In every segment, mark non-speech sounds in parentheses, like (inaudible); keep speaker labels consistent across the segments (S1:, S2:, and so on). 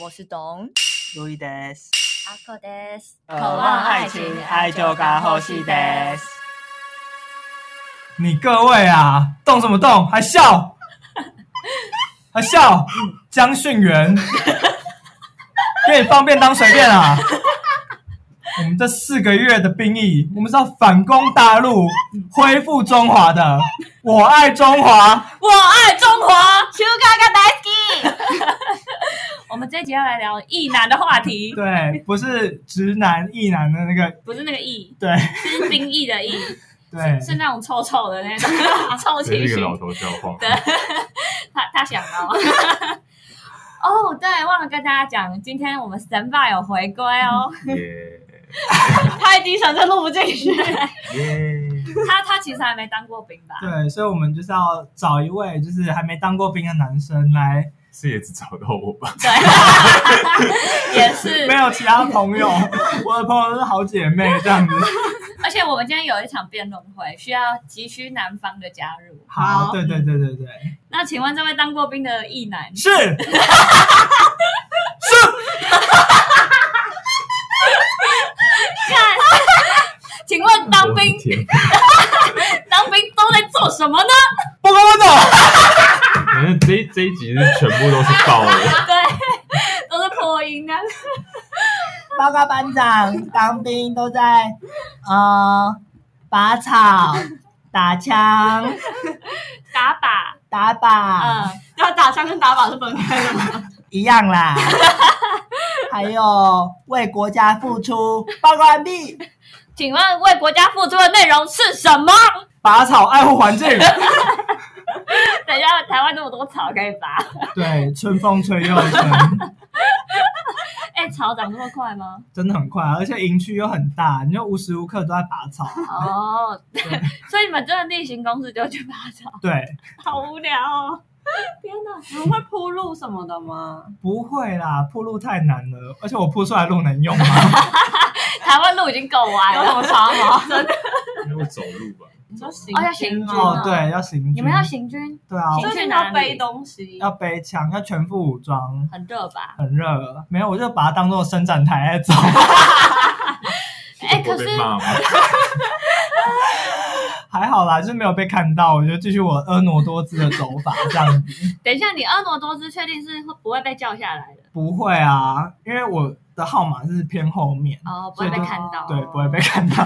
S1: 我是董
S2: 路易德斯，
S1: 阿克德斯，
S2: 渴望爱情，爱就该呼吸德斯。
S3: 你各位啊，动什么动？还笑，还笑，江训员，给你放便当随便啊！我们这四个月的兵役，我们是要反攻大陆，恢复中华的。我爱中华，
S1: 我爱中华，Sugar 跟 Daisy。我们这一集要来聊异男的话 (laughs) 题，
S3: 对，不是直男异男的那个，
S1: 不是那个异，
S3: 对
S1: 是兵役的役，
S3: 对，
S1: 是那种臭臭的那种 (laughs) 臭
S4: 这
S1: 气
S4: 是一
S1: 熏
S4: 个老头笑话。
S1: (laughs) 对他他想到。 (laughs) 哦，对，忘了跟大家讲，今天我们神爸有回归 (laughs) 哦，
S4: 耶
S1: 太低沉，这录不进去。
S4: 耶，
S1: (laughs) 他他其实还没当过兵吧？
S3: 对，所以我们就是要找一位就是还没当过兵的男生来，
S4: 是也只找到我吧？
S1: 对， (laughs) 也
S2: (laughs)
S1: 是
S3: 没。有其他朋友，我的朋友都是好姐妹这样子。
S1: 而且我们今天有一场辩论会，需要急需男方的加入。
S3: 好，对对对对对，
S1: 那请问这位当过兵的异男， (laughs)
S3: 是是，
S1: 请问当兵
S4: 我的天
S1: 当兵都在做什么呢？
S3: 报告 (laughs) 班长，
S4: 反正这一这一集是全部都是爆的。
S1: 对，都是破音啊。
S2: 报告班长，当兵都在呃拔草、打枪、
S1: 打靶，
S2: 打靶、
S1: 嗯，要打枪跟打靶是分开的吗？
S2: 一样啦，还有为国家付出。报告完毕。
S1: 请问为国家付出的内容是什么？
S3: 拔草爱护环境，
S1: 等一下，台湾那么多草可以拔，
S3: (laughs) 对，春风吹又生，
S1: 哎、草长那么快
S3: (laughs)
S1: 吗？
S3: 真的很快，而且营区又很大，你就无时无刻都在拔草，
S1: 哦，所以你们真的例行公事就去拔草，
S3: 对，
S1: 好无聊哦！天哪，
S5: 你们会铺路什么的吗？
S3: 不会啦，铺路太难了，而且我铺出来路能用吗？
S1: 台湾路已经够歪了，
S5: 差
S1: (laughs)
S5: 吗？真的？
S4: 因为走路吧，
S5: 你说行
S1: 哦要行军
S3: 哦
S5: 吗？，
S3: 对，要行军，
S1: 你们要行军，
S3: 对啊，
S1: 行
S5: 就
S1: 军
S5: 是
S1: 哪
S5: 要
S1: 里
S5: 背东西。
S3: 要背枪，要全副武装，
S1: 很热吧？
S3: 很热，没有，我就把它当做伸展台在走， (laughs)
S1: 哎、
S4: 我
S1: 可是
S4: 被骂吗？ (laughs)
S3: 还好啦，就是没有被看到，我就继续我婀娜多姿的走法，这样子 (laughs)
S1: 等一下，你婀娜多姿，确定是会不会被叫下来的？
S3: 不会啊，因为我的号码是偏后面，
S1: 哦，不会被看到。
S3: 对，不会被看到，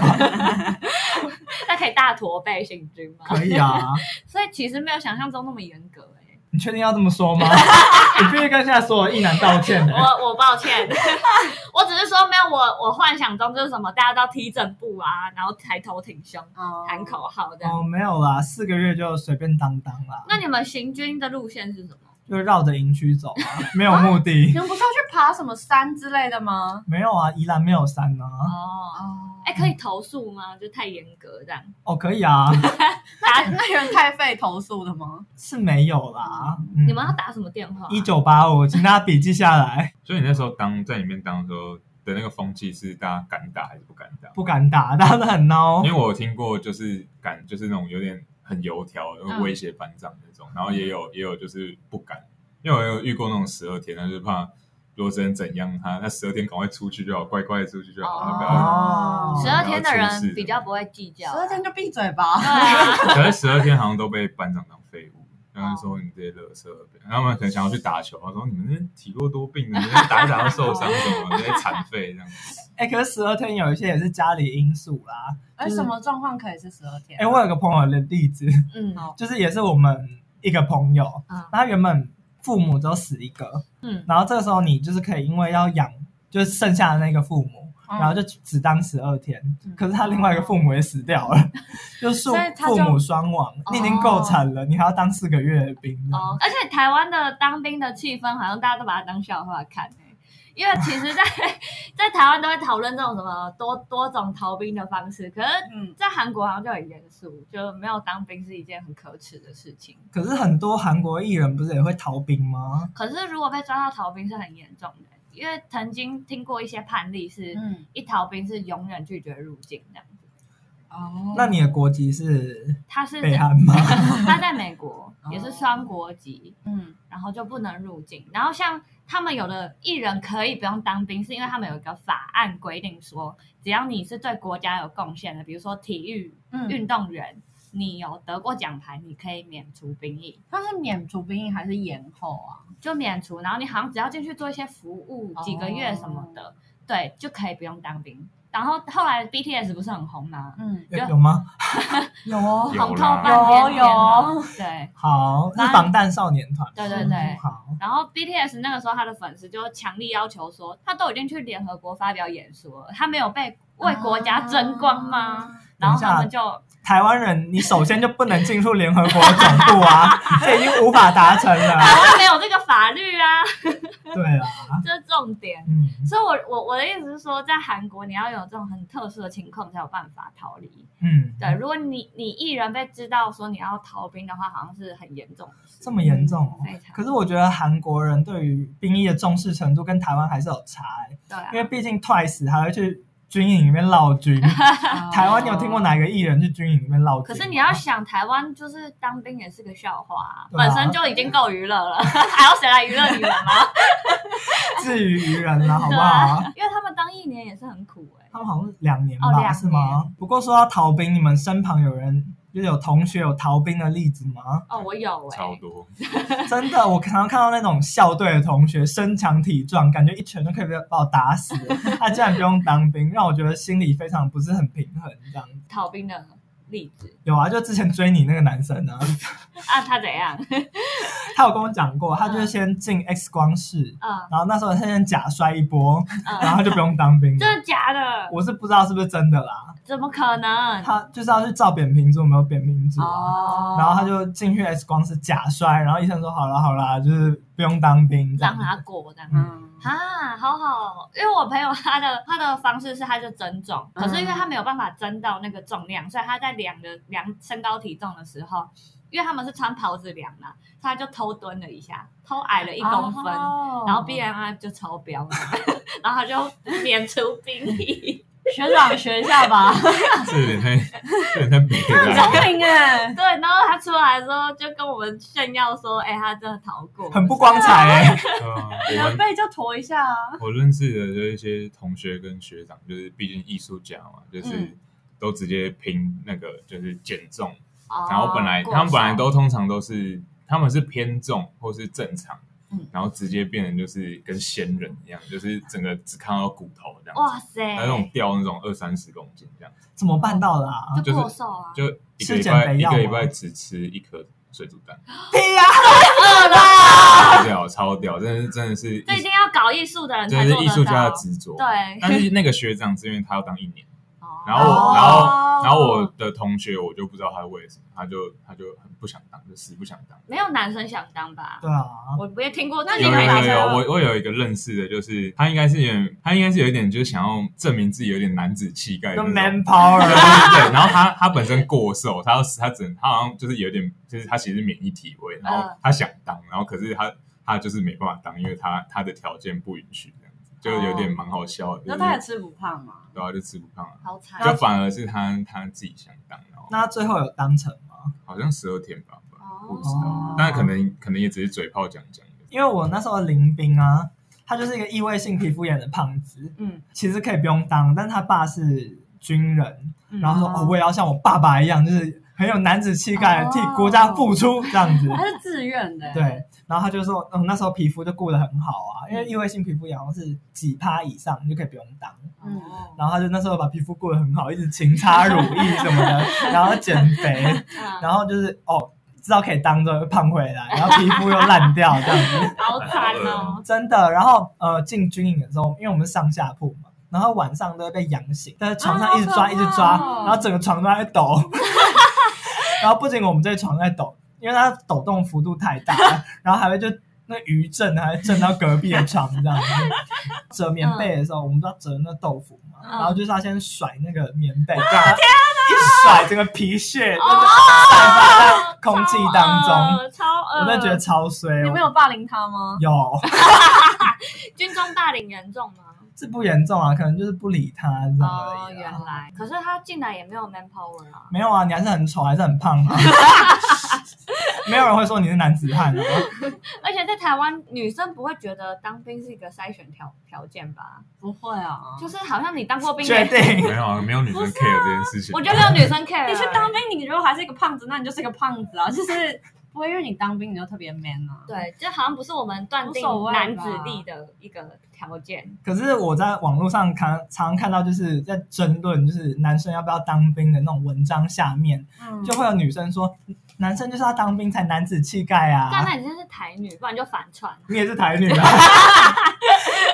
S1: 那可以大驼背行军吗？
S3: 可以啊。 (laughs)
S1: 所以其实没有想象中那么严格哎、
S3: 你确定要这么说吗？ (laughs) 你必须跟现在所有异男道歉的、
S1: 我我抱歉， (laughs) 我只是说没有我我幻想中就是什么，大家都要踢正步啊，然后抬头挺胸，
S5: 哦
S1: 喊口号这样。
S3: 哦，没有啦，四个月就随便当当啦，
S1: 那你们行军的路线是什么？
S3: 就绕着营区走啊，没有目的
S5: 你。们不是要去爬什么山之类的吗？
S3: 没有啊，宜兰没有山啊。
S1: 哦，
S5: 哦
S1: 哎、可以投诉吗？就太严格这样。
S3: 哦，可以啊，
S1: 打
S5: 那有人太费投诉的吗？
S3: 是没有啦。嗯
S1: 你们要打什么电话？啊
S5: 啊
S3: 一九八五，请大家笔记下来。 (laughs)
S4: 所以你那时候当在里面当的时候的那个风气是大家敢打还是不敢打？
S3: 不敢打，大家都很孬
S4: 因为。我有听过就是敢就是那种有点很油条，然
S1: 嗯
S4: 后威胁班长那种，然后也有也有就是不敢，因为我有遇过那种十二天，他就是怕如果真的怎样他，那十二天赶快出去就好，乖乖的出去就好，他不要
S3: 哦
S1: 十二天的人比较不会计较、啊
S5: 十二天就闭嘴吧
S1: 对。啊，
S4: (laughs) 可能十二天好像都被班长当废物，然后说你这些垃圾，然后他们可能想要去打球，他说你们这体弱多病的，你们打一打要受伤什么，这些残废这样。
S3: 哎、可是十二天有一些也是家里因素啦。
S5: 哎，什么状况可以是十二天
S3: 哎、？我有个朋友的例子， (laughs)
S1: 嗯
S5: (laughs) 好
S3: 就是也是我们一个朋友，
S1: 嗯
S3: 那他原本父母只有死一个，
S1: 嗯，
S3: 然后这个时候你就是可以因为要养，就是剩下的那个父母，
S5: 嗯
S3: 然后就只当十二天。
S5: 嗯哦
S3: 可是他另外一个父母也死掉了， (laughs) 就是
S5: 所以他
S3: 父
S5: 就哦
S3: 母双亡，你已经够惨了，你还要当四个月的兵。
S1: 哦，
S5: 嗯
S1: 而且台湾的当兵的气氛好像大家都把它当笑话看、欸、因为其实在， (laughs) 在台湾都会讨论这种什么多多种逃兵的方式，可是，
S5: 嗯
S1: 在韩国好像就很严肃，就没有当兵是一件很可耻的事情。
S3: 可是很多韩国艺人不是也会逃兵吗？
S1: 可是如果被抓到逃兵是很严重的，因为曾经听过一些判例是，
S5: 嗯，
S1: 一逃兵是永远拒绝入境这样子。
S5: 哦
S3: 那你的国籍是
S1: 他是
S3: 北韩吗？
S1: 他在美国也是双国籍，
S5: 哦嗯，
S1: 然后就不能入境。然后像他们有的艺人可以不用当兵，是因为他们有一个法案规定说，只要你是对国家有贡献的，比如说体育
S5: 嗯
S1: 运动员，你有得过奖牌，你可以免除兵役，
S5: 他是免除兵役还是延后啊？
S1: 就免除。然后你好像只要进去做一些服务
S5: 哦
S1: 几个月什么的，对，就可以不用当兵。然后后来 BTS 不是很红吗？
S5: 嗯，
S1: (laughs) 有
S3: 有吗？
S5: 有哦
S4: 有
S1: 红透
S4: 啦
S1: 半边天嘛
S5: 有有，
S1: 对。
S3: 好，是
S1: 那
S3: 防弹少年团。
S1: 对对对
S3: 好，
S1: 然后 BTS 那个时候，他的粉丝就强力要求说，他都已经去联合国发表演说了，他没有被为国家
S5: 啊
S1: 争光吗？？然后他们就
S3: 台湾人，你首先就不能进入联合国总部
S1: (laughs)
S3: 啊，这已经无法达成了。
S1: 台湾没有这个法律啊，
S3: 对啊，
S1: 这是重点。
S3: 嗯，
S1: 所以我我我的意思是说，在韩国你要有这种很特殊的情况才有办法逃离。
S3: 嗯，
S1: 对，，如果你你艺人被知道说你要逃兵的话，好像是很严重的事，
S3: 这么严重哦、
S1: 非常
S3: 可是我觉得韩国人对于兵役的重视程度跟台湾还是有差、欸，
S1: 对啊
S3: 因。为毕竟 Twice 还会去军营里面闹
S1: (laughs)
S3: 军。
S5: 哦
S3: 台湾，你有听过哪一个艺人去军营里面闹军
S1: 可
S3: 吗？
S1: 是你要想，台湾就是当兵也是个笑话、啊，
S3: 对啊
S1: 本身就已经够娱乐了， (laughs) 还要谁来娱乐你们吗？
S3: 至于于人了，好不
S1: (laughs) 对
S3: 好？
S1: 啊？因为他们当一年也是很苦哎、
S3: 他们好像是两年吧，
S1: 哦两？
S3: 是吗？不过说到逃兵，你们身旁有人就是有同学有逃兵的例子吗
S1: (laughs) 哦，我有哎、
S4: 超多，
S3: 真的，我常常看到那种校队的同学身强体壮，感觉一拳就可以把我打死
S1: (laughs)
S3: 了，他竟然不用当兵，让我觉得心里非常不是很平衡。这样子
S1: 逃兵的例子
S3: 有啊，就之前追你那个男生
S1: (laughs)
S3: 啊，
S1: 啊，他怎
S3: (laughs)
S1: 样？
S3: 他有跟我讲过，他就是先进 X 光室，
S1: 嗯
S3: 然后那时候他先假摔一
S1: (laughs)
S3: 波，然
S1: 嗯，
S3: 后他就不用当兵了。
S1: 真的假的？
S3: 我是不知道是不是真的啦，
S1: 怎么可能？
S3: 他就是要去照扁平足有没有扁平足啊。
S5: 哦
S3: 然后他就进去 X 光是假摔，然后医生说好啦好啦，就是不用当兵这样
S1: 让。他过这样。
S5: 嗯，
S1: 啊，好好，因为我朋友他的他的方式是他就增重，
S3: 嗯
S1: 可是因为他没有办法增到那个重量，所以他在量的量身高体重的时候，因为他们是穿袍子量嘛，他就偷蹲了一下，偷矮了一公分，
S5: 哦
S1: 然后 BMI 就超标了， (laughs) 然后他就免除兵役。
S5: 学长学一下吧，
S4: 这有点太， (laughs) 这有点太别
S5: 聪
S4: 了。
S5: 明
S1: (laughs)
S5: 哎，
S1: 对，然后他出来之后就跟我们炫耀说：“哎、他真的逃过。”
S3: 很不光彩、欸，
S4: 对啊我
S5: 能
S4: 们
S5: 背就驮一下啊。
S4: 我认识的就一些同学跟学长，就是毕竟艺术家嘛，就是
S5: 嗯
S4: 都直接拼那个就是减重，
S1: 哦
S4: 然后本来
S1: 过
S4: 他们本来
S1: 手
S4: 都通常都是他们是偏重或是正常
S5: 嗯，
S4: 然后直接变成就是跟仙人一样，就是整个只看到骨头这样子，
S1: 哇塞，
S4: 还有那种掉那种二三十公斤这样，
S3: 怎么办到的、啊？
S1: (laughs) 就过瘦啊，
S4: 就一个
S3: 吃
S4: 礼
S3: 减
S4: 拜
S3: 肥
S4: 一
S3: 药
S4: 个礼
S3: 吗
S4: 拜只吃一颗水煮
S1: (laughs)
S4: 蛋，
S3: 屁呀、
S4: 超屌超屌，真的是真的是
S1: 这一
S4: 艺
S1: 定要搞艺术的人
S4: 真
S1: 才
S4: 的
S1: 做
S4: 是
S1: 得
S4: 艺术家
S1: 到
S4: 的执着，
S1: 对，
S4: 但是那个学长是因为他要当一
S1: (laughs)
S4: 年。
S1: 哦
S4: 然后我，
S3: 哦
S4: 然后，然后我的同学，我就不知道他为什么，他就他就很不想当，就死不想当。
S1: 没有男生想当吧？
S3: 对啊，
S1: 我没听过这
S5: 那
S1: 个
S5: 你
S4: 有
S1: 人，
S4: 有
S5: 们
S4: 有
S5: 男生
S4: 有，
S5: 吗
S4: 我我有一个认识的，就是他应该是有点，他应该是有一点就是想要证明自己有点男子气概
S3: 就
S4: 的那种。
S3: man
S4: 对
S3: power，
S4: 对对，然后他他本身过瘦，他要死他只能他好像就是有点，就是他其实是免疫体位，然后
S1: 嗯
S4: 他想当，然后可是他他就是没办法当，因为他他的条件不允许这样子，就有点蛮好笑的。
S5: 那
S4: 就是
S5: 他也吃不胖吗？
S4: 对啊，就吃不胖啊，
S1: 好惨
S4: 就反而是他他自己想当，然后
S3: 那他最后有当成吗？
S4: 好像十二天吧，不知
S1: 哦
S4: 道，但可能可能也只是嘴炮讲讲的。
S3: 因为我那时候的林斌啊，他就是一个异位性皮肤炎的胖子，
S5: 嗯，
S3: 其实可以不用当，但他爸是军人，
S1: 嗯
S3: 然后说、哦，我也要像我爸爸一样，就是很有男子气概，
S5: 哦
S3: 替国家付出这样子。
S5: 他是自愿的，，
S3: 对，然后他就说，嗯，那时候皮肤就顾得很好啊，因为异位性皮肤炎好像是几趴以上你就可以不用当。
S5: 嗯
S1: 哦
S3: 然后他就那时候把皮肤顾得很好，一直勤擦乳液什么的，然后减肥，
S1: 嗯
S3: 然后就是哦，知道可以当之后又胖回来，然后皮肤又烂掉这样子，
S1: 好惨
S4: 呃
S1: 哦，
S3: 真的。然后呃，进军营的时候，因为我们是上下铺嘛，然后晚上都会被痒醒，在床上一直抓、
S5: 啊好可怕哦
S3: 一直抓，然后整个床都在抖，
S5: (laughs)
S3: 然后不仅我们这床在抖，因为它抖动幅度太大
S5: (laughs)
S3: 了，然后还会就。那余震还会震到隔壁的床，这样子。折棉被的时候，我们不知道折那豆腐嘛，
S1: 嗯
S3: 然后就是要先甩那个棉被，天哪！一甩，整个皮屑就
S1: 哦
S3: 散发在空气当中。
S5: 哦
S1: 超恶，超恶
S3: 我真的觉得超衰。
S5: 你没有霸凌他吗？
S3: 有
S1: 军中霸凌严重吗？
S3: 是不严重啊，可能就是不理他这样
S1: 哦，
S3: 而已、
S1: 原
S3: 啊。
S1: 来，可是他进来也没有 man power 啊。
S3: 没有啊，你还是很丑，还是很胖
S1: (laughs)
S3: 啊。没有人会说你是男子汉啊。
S1: 而且在台湾，女生不会觉得当兵是一个筛选条条件吧？
S5: 不会啊，
S1: 就是好像你当过兵，
S3: 确定
S4: 没有啊，没有女生 care 这件事情。
S1: 我觉得没有女生 care。
S5: 你去当兵，你如果还是一个胖子，那你就是个胖子啊，就是不会因为你当兵你就特别 man 啊。
S1: 对，这好像不是我们断定
S5: 无所谓吧
S1: 男子力的一个条件。
S3: 可是我在网络上看常常看到，就是在争论，就是男生要不要当兵的那种文章下面，
S5: 嗯
S3: 就会有女生说，男生就是要当兵才男子气概
S1: 但
S3: 啊。
S1: 那你真是台女，不然就反串。
S3: 你也是台女
S1: (laughs)
S3: 啊？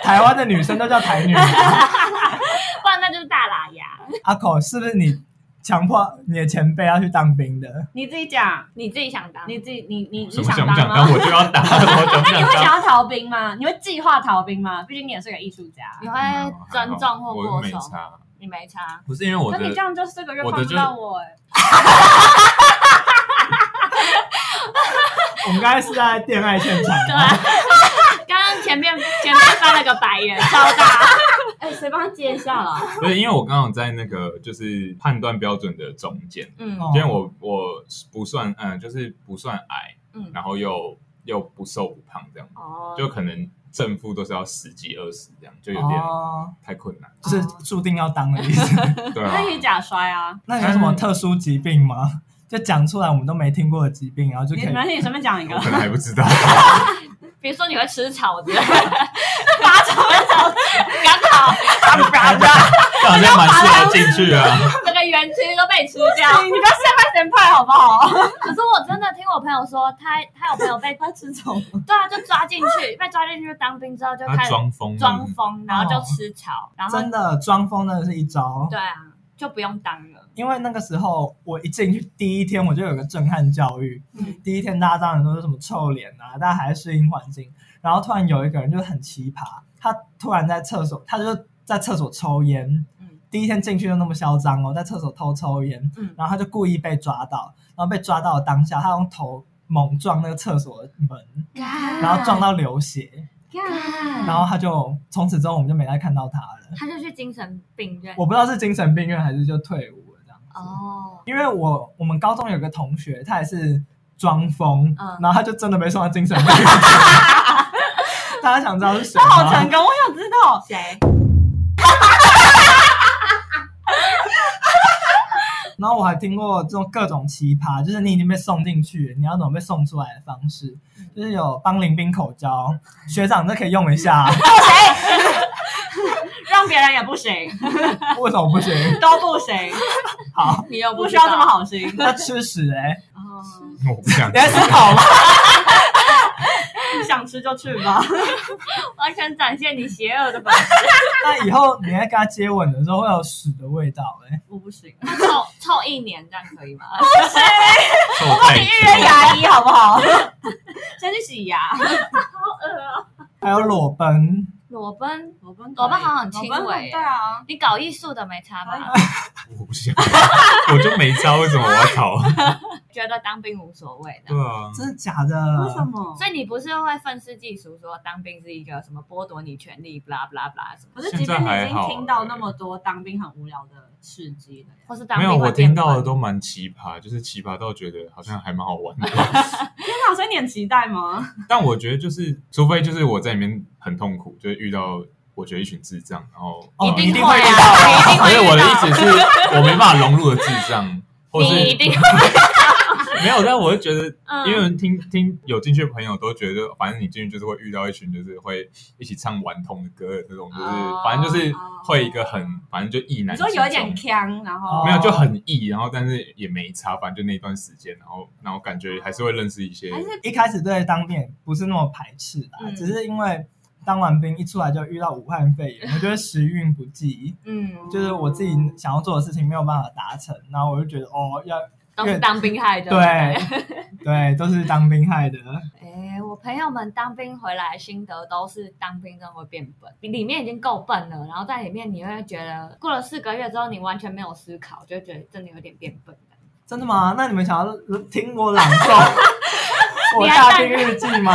S3: 台湾的女生都叫台女、啊。
S1: 不然那就是大喇牙。
S3: 阿口，是不是你强迫你的前辈要去当兵的？
S5: 你自己讲，
S1: 你自己想当，
S5: 你自己你你
S4: 什
S5: 你
S4: 么想
S5: 当
S4: 不想
S5: 吗
S4: 当？？我就要当，我想不
S5: 那你
S4: 想
S5: 会想
S4: 当？
S5: 要逃兵吗？你会计划逃兵吗？毕竟你也是个艺术家。
S1: 你会尊重或
S4: 啊我
S1: 过
S4: 没
S1: 手，
S4: 差，
S1: 你没差。
S4: 不是因为我
S5: 可
S4: 的
S5: 你这样就四个月
S4: 我的
S5: 碰
S4: 就
S5: 不到我哎、
S3: 我们刚才是在恋爱现场
S1: 对
S3: 吗，
S1: 啊， (laughs) 刚刚前面前面翻了个白眼，超 (laughs) 大。
S5: 哎、谁帮他接一下啦？
S4: 不是因为我刚好在那个就是判断标准的中间，
S1: 嗯
S3: 哦
S4: 因为我我不算嗯，就是不算矮，
S1: 嗯，
S4: 然后又又不瘦不胖这样，
S1: 哦，
S4: 就可能正负都是要十几二十这样，就有点
S3: 哦，
S4: 太困难。
S3: 就是
S1: 哦
S3: 注定要当的
S1: (laughs)
S3: 意思。
S4: 对啊
S5: 哎那，可以假摔
S4: (laughs)
S5: 啊！
S3: 那你有什么特殊疾病吗？就讲出来我们都没听过的疾病，然后就
S5: 你
S3: 可
S5: 没
S3: 以
S5: 关系，你随便讲一
S4: (laughs)
S5: 个
S4: 我。可能还不知道，
S1: 比如说你会吃草
S4: (laughs)
S1: 之类的，拔草
S5: (laughs)
S1: 草赶跑，
S4: 这好像蛮适合进去啊。
S1: 整个园区都被你吃掉。
S5: 你不要陷害神派好不好？
S1: (laughs) 可是我真的听我朋友说，他他有朋友被
S5: (laughs) 他吃虫，
S1: 对啊，就抓进去，被抓进去当兵之后就开
S4: 他
S1: 始
S4: 啊装疯，
S1: 装疯，然后就吃草，然后
S3: 真的装疯真的是一招。
S1: 对啊，就不用当了。
S3: 因为那个时候我一进去第一天我就有个震撼教育，
S1: 嗯
S3: 第一天大家当然都是什么臭脸啊，大家还在适应环境，然后突然有一个人就很奇葩，他突然在厕所，他就在厕所抽烟，
S1: 嗯
S3: 第一天进去就那么嚣张哦，在厕所偷抽烟，
S1: 嗯，
S3: 然后他就故意被抓到，然后被抓到的当下，他用头猛撞那个厕所的门，然后撞到流血，
S1: 干
S3: 然后他就从此之后我们就没再看到他了，
S1: 他就去精神病院。
S3: 我不知道是精神病院还是就退伍了这样子。
S1: 哦，
S3: 因为我我们高中有个同学，他也是装疯，
S1: 嗯
S3: 然后他就真的被送到精神病院。大家想知道是谁
S5: 他好
S3: 吗
S5: 成？功，我想知道。
S1: 谁？
S3: 然后我还听过这种各种奇葩，就是你已经被送进去，你要怎么被送出来的方式，就是有帮林兵口交，学长这可以用一下，啊
S5: 让别人也 (laughs) 不行，
S3: (laughs) 为什么不行？ (laughs)
S5: 都不行，
S3: 好，
S1: 你又
S5: 不
S1: 不
S5: 需要这么好心。
S3: 那吃屎哎、欸，
S5: 哦，
S4: 我
S3: (laughs)
S4: 不想
S3: 你。还思考吗？
S5: 你想吃就去吧。
S1: 完全展现你邪恶的本性。
S3: (laughs) 那以后你在跟他接吻的时候会有屎的味道哎、
S5: (laughs) 我不行，
S1: 那凑凑一年这样可以吗？ (laughs)
S4: 臭太
S5: 预约牙医好不好？ (laughs) 先去洗牙。
S3: 还有裸奔，
S1: 裸奔，
S5: 裸奔
S1: 裸奔好像很轻微
S5: 对啊，
S1: 你搞艺术的没差吧？
S4: 我不想， (laughs) 我就没招，为什么我要
S1: (laughs)
S4: 逃？
S1: 觉得当兵无所谓的
S4: 对。啊，
S3: 真的假
S5: 为什
S3: 的？
S5: 么？
S1: 所以你不是会愤世嫉俗说当兵是一个什么剥夺你权利，blah blah blah 什么
S5: 可，是，即便你已经听到那么多当兵很无聊的事迹了，
S1: 或是当
S4: 没
S1: 兵
S4: 有，我
S1: 会变
S4: 听到
S1: 胖
S4: 的都蛮奇葩，就是奇葩到觉得好像还蛮好玩的。 (laughs)
S5: 天哪！所以你很期待吗？
S4: 但我觉得就是，除非就是我在里面很痛苦，就是遇到我觉得一群智障，然后
S3: 哦
S1: 一定
S3: 会
S1: 会
S3: 遇到
S1: 啊，你一定
S4: 哦所以
S1: 会
S4: 我
S1: 遇
S4: 的意
S1: 到
S4: 思是我没办法融入的智
S1: (laughs)
S4: 障，或是
S1: 你一定会，
S4: 没有，但我就觉得，
S1: 嗯
S4: 因为听听有进去的朋友都觉得，反正你进去就是会遇到一群就是会一起唱顽童的歌的那种，就是、
S1: 哦
S4: 反正就是会一个很反正就意难
S5: 哦你
S4: 其中，
S5: 说有一点腔，然后
S3: 哦
S4: 没有就很意，然后但是也没差，反正就那段时间，然后然后感觉还是会认识一些
S5: 还是
S3: 一开始对当兵也不是那么排斥啦，
S1: 嗯
S3: 只是因为当完兵一出来就遇到武汉肺炎，我觉得时运不济，
S1: 嗯，
S3: 就是我自己想要做的事情没有办法达成，然后我就觉得哦，要
S1: 都是当兵害的。
S3: 对对，都是当兵害的。
S1: 哎，我朋友们当兵回来心得都是当兵真的会变笨，里面已经够笨了，然后在里面你会觉得过了四个月之后，你完全没有思考，就会觉得真的有点变
S4: (laughs)
S1: 笨。
S3: 真的吗？那你们想要听
S1: (laughs)
S3: 我朗诵我大兵日记吗？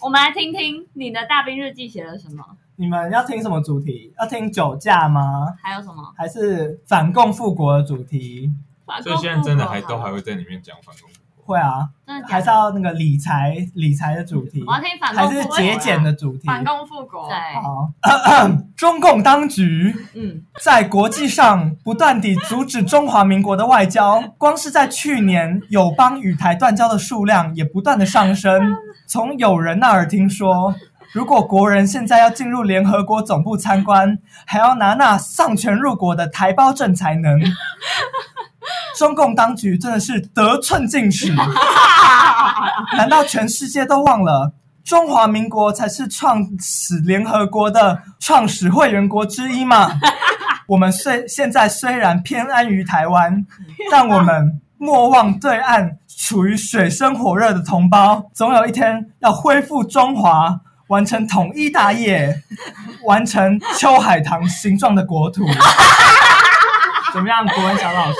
S1: 我们来听听你的大兵日记写了什么，
S3: 你们要听什么主题？要听酒驾吗？
S1: 还有什么？
S3: 还是反共复国的主题？
S1: 法
S4: 所以现在真的还都还会在里面讲反共。
S3: 会啊，
S1: 真的假
S3: 还是
S1: 的？
S3: 要那个理财理财的主题
S1: 我，要听反
S3: 还
S1: 共
S3: 是
S1: 复国哎
S3: 节俭的主题？
S5: 反共复国，
S1: 对，
S3: 好， (coughs) 中共当局
S1: 嗯，
S3: 在国际上不断地阻止中华民国的外交，光是在去年友邦与台断交的数量也不断的上升。从友人那儿听说，如果国人现在要进入联合国总部参观，还要拿那丧权入国的台胞证才能。中共当局真的是得寸进尺，难道全世界都忘了中华民国才是创始联合国的创始会员国之一吗？我们虽现在虽然偏安于台湾，但我们莫忘对岸处于水深火热的同胞，总有一天要恢复中华，完成统一大业，完成秋海棠形状的国土。 (laughs) 怎么样，国文小老师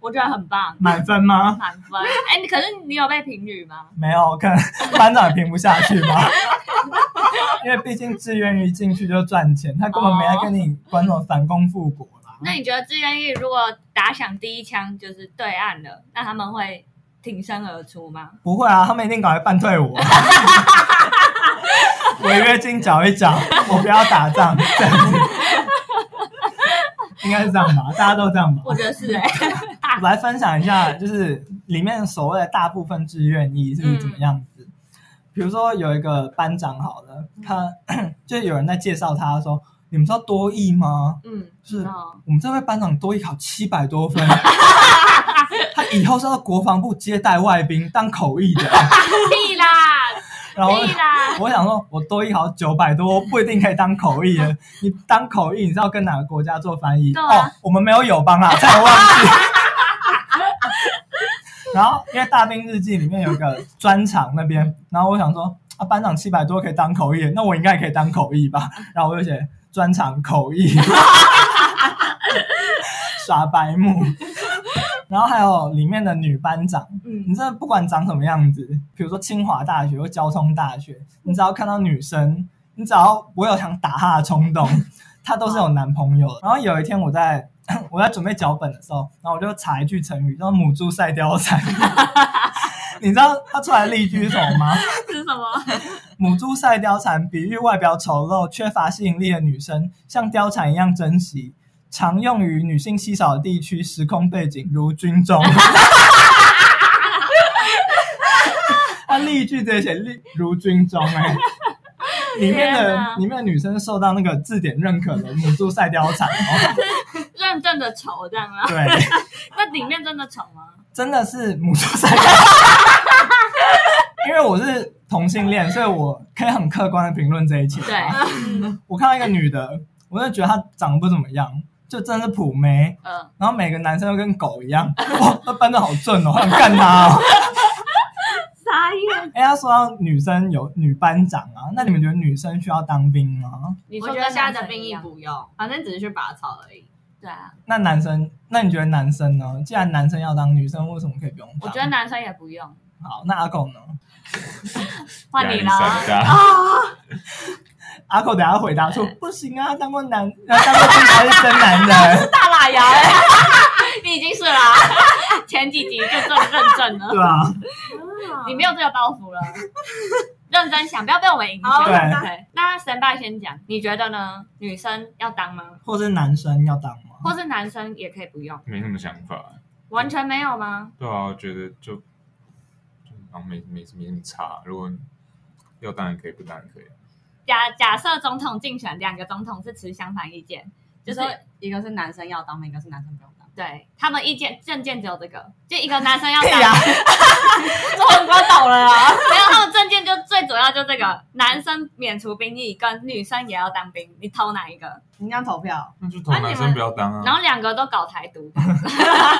S1: 我觉得很棒，
S3: 满分吗？
S1: 满分。哎，你可是你有被评语吗？
S3: 没有，可能班长也评不下去吧。因为毕竟志愿役进去就赚钱，他根本没来跟你管什么反攻复国啦。
S1: 那你觉得志愿役如果打响第一枪就是对岸了，那他们会挺身而出吗？
S3: 不会啊，他们一定搞来办退我。 (laughs) 违约金缴一缴，我不要打仗，这样子应该是这样吧？大家都这样吧？
S1: 我觉得
S3: (laughs)
S1: 是哎、
S3: 我来分享一下，就是里面所谓的大部分志愿役是怎么样子。
S1: 嗯
S3: 比如说有一个班长好了，他 (coughs) 就有人在介绍他说：“你们知道多益吗？
S1: 嗯，
S3: 是
S1: 哦，
S3: 我们这位班长多益考七百
S1: (laughs)
S3: 多分，他以后是到国防部接待外宾当
S1: (laughs)
S3: 口译的。”
S1: 屁啦，
S3: 然后
S1: 屁啦，
S3: (laughs) 我想说，我多译好九百多，不一定可以当口译
S1: (laughs)
S3: 了。你当口译，你知道跟哪个国家做翻译？
S1: 对啊
S3: 哦，我们没有友邦啊， (laughs) 差点忘记。然后因为《大兵日记》里面有一个专场那边，然后我想说，啊，班长七百多可以当口译，那我应该也可以当口
S1: (laughs)
S3: 译吧？然后我就写专场口译， (laughs) 耍白
S1: (laughs)
S3: 目。然后还有里面的女班长，
S1: 嗯
S3: 你真的不管长什么样子，比如说清华大学或交通大学，你只要看到女生，你只要不会有想打她的冲动， (laughs) 她都是有男朋友的。然后有一天我在 (clears throat) 我在准备脚本的时候，然后我就查一句成语叫“母猪赛貂蝉”， (laughs) 你知道它出来的例句是什么吗？
S1: 是什么？
S3: 母猪赛貂蝉，比喻外表丑陋、缺乏吸引力的女生，像貂蝉一样珍惜，常用于女性稀少的地区、时空背景，如军中。 (laughs) 他例句这写例如军中哎、里
S1: 天
S3: 面的
S1: 哪
S3: 里面的女生受到那个字典认可的母猪赛貂蝉
S1: (laughs)
S3: 哦，
S1: 认真的丑这样啊？
S3: 对，
S1: 那里面真的丑吗？
S3: 真的是母猪赛貂
S1: (laughs)
S3: 蝉。因为我是同性恋，所以我可以很客观的评论这一切。啊
S1: 对，
S3: 我看到一个女的，我就觉得她长得不怎么样，就真的是普妹。
S1: 嗯，
S3: 然后每个男生都跟狗一样，哇，那班长好正哦，好想干她哦。 (laughs)
S1: 傻眼。
S3: 哎、她说到女生有女班长啊，那你们觉得女生需要当兵吗？
S5: 你
S1: 我
S5: 说
S1: 觉
S5: 跟
S1: 得
S5: 现在
S1: 男
S5: 的
S1: 生
S5: 兵
S1: 一
S5: 役
S1: 样
S5: 不用，反正只是去拔草而已。
S1: 对啊，
S3: 那男生，那你觉得男生呢？既然男生要当，女生为什么可以不用
S1: 我
S3: 当？
S1: 觉得男生也不用，
S3: 好，那阿狗呢？
S1: 换
S4: 压
S1: 你
S4: 力
S1: 了
S4: 山
S3: 啊
S1: 哦。
S4: 大，
S3: 阿狗等下回答说不行啊，当过男，当过兵才是真男人，
S1: 大喇牙哎、你已经是啦、 (laughs) 前几集就这么认真了，
S3: 对啊。
S5: (laughs)
S1: 你没有这个包袱了。 (laughs) 认真想，不要被我们影响。
S5: 好
S3: 对
S1: 对那神爸先讲，你觉得呢？女生要当吗？
S3: 或是男生要当吗？
S1: 或是男生也可以不用？
S4: 没什么想法。
S1: 完全没有吗？
S4: 对啊，我觉得就就好像没没没什么差。如果要当然可以，不当然可以。
S1: 假假设总统竞选，两个总统是持相反意见，就
S5: 就是是一个是男生要当兵，一个是男生不用当。
S1: 对他们意见证件只有这个，就一个男生要
S3: 对
S1: 当，
S3: 啊
S5: (laughs)
S3: 呀、
S5: 我啊很快倒了啊啦！
S1: 没有他们证件就最主要就这个，男生免除兵役跟女生也要当兵，你投哪一
S3: 嗯
S1: 个？
S5: (laughs) 你想投票？
S4: 那就投男生不要当
S1: 然
S4: 啊，
S1: 后两个都搞台独，